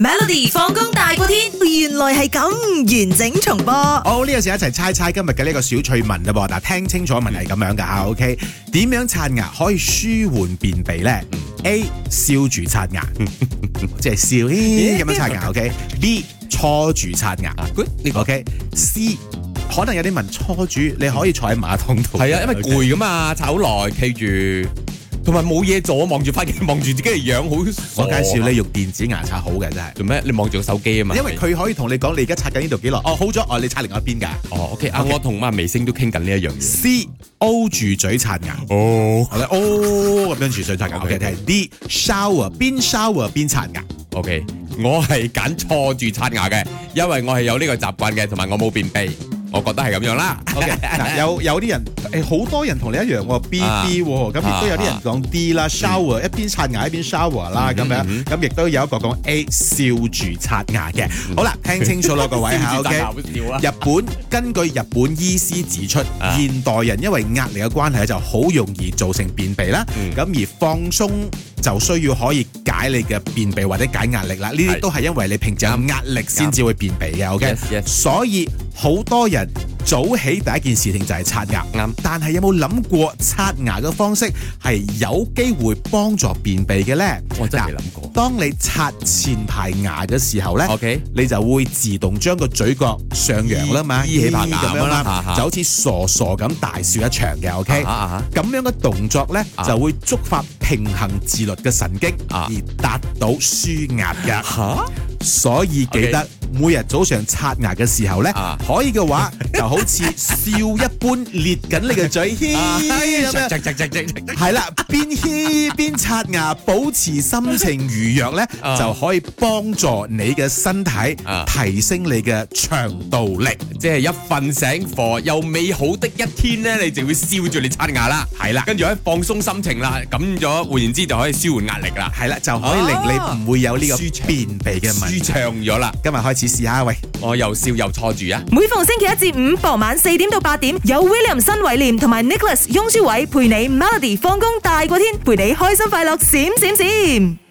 Melody 放工大過天，原來係咁完整重播。好，呢個時候一齊猜猜今日嘅呢個小趣聞啦噃，嗱聽清楚問題咁樣㗎吓，OK？點樣刷牙可以舒緩便秘呢 a 笑住刷牙， 即係笑咦咁樣刷 牙，OK？B 搓住刷牙啊，good 呢個，OK？C 可能有啲人搓住，你可以坐喺馬桶度，係啊，因為 OK？攰噶嘛，炒好耐，企住，同埋冇嘢做，望住 塊鏡，望住自己嘅樣，好傻我介紹你用電子牙刷好嘅真係，做咩？你望住個手機啊嘛，因為佢可以同你講你而家刷緊呢度幾耐，哦好咗，哦你刷另外一邊㗎。哦，OK 啊，我同阿微星都傾緊呢一樣嘢。 C O 住嘴刷牙。哦我哋哦咁樣住水刷牙，OK，係 D shower 邊 shower 邊刷牙， ，OK，我係揀錯住刷牙嘅，因為我係有呢個習慣嘅，同埋我冇便秘，我覺得係咁樣啦。 OK，嗱有有啲人誒好多人同你一樣喎，B 啊 B 喎，咁亦都有啲人啊講 D 啦，shower 一邊刷牙一邊 shower 啦，咁樣，咁亦都有一個講 A 笑住刷牙嘅。好啦，聽清 楚啦，各位嚇笑住刷，OK 牙。好笑啊日本根據日本醫師指出，啊現代人因為壓力嘅關係就好容易造成便秘啦。嗯咁、而放鬆就需要可以解你嘅便秘或者解壓力啦。呢啲係都係因為你平時有壓力先至會便秘嘅。OK，、 Yes, yes 所以好多人早起第一件事情就係刷牙。啱但係有冇諗過刷牙嘅方式係有機會幫助便秘嘅呢？我真係未嗱諗過當你刷前排牙嘅時候呢。 OK 你就會自動將個嘴角上揚啦嘛，依依起棚牙咁樣咁樣啦啦，就好似傻傻咁大笑一場嘅，OK？啊啊啊咁樣嘅動作呢，啊就會觸發平衡自律嘅神經，啊而達到舒壓嘅。嚇所以記得每日早上刷牙嘅時候呢，啊可以嘅話就好似笑一般裂緊你嘅 嘴，哎嘻咁樣。係啦，邊嘻邊刷牙，保持心情愉悦咧，啊就可以幫助你嘅身體啊提升你嘅腸道力。即係一瞓醒課又美好的一天咧，你就會笑住你刷牙啦，係啦跟住可以放鬆心情啦，咁咗換言之就可以舒緩壓力啦，係啦，就可以令啊你唔會有呢個舒暢便秘嘅問舒題。暢咗啦，今日開始試下，喂，我又笑又坐住啊！每逢星期一至五傍晚四點到八點，有 William 新偉廉同埋 Nicholas 雍舒偉陪你 Melody 放工大過天，陪你開心快樂閃閃閃。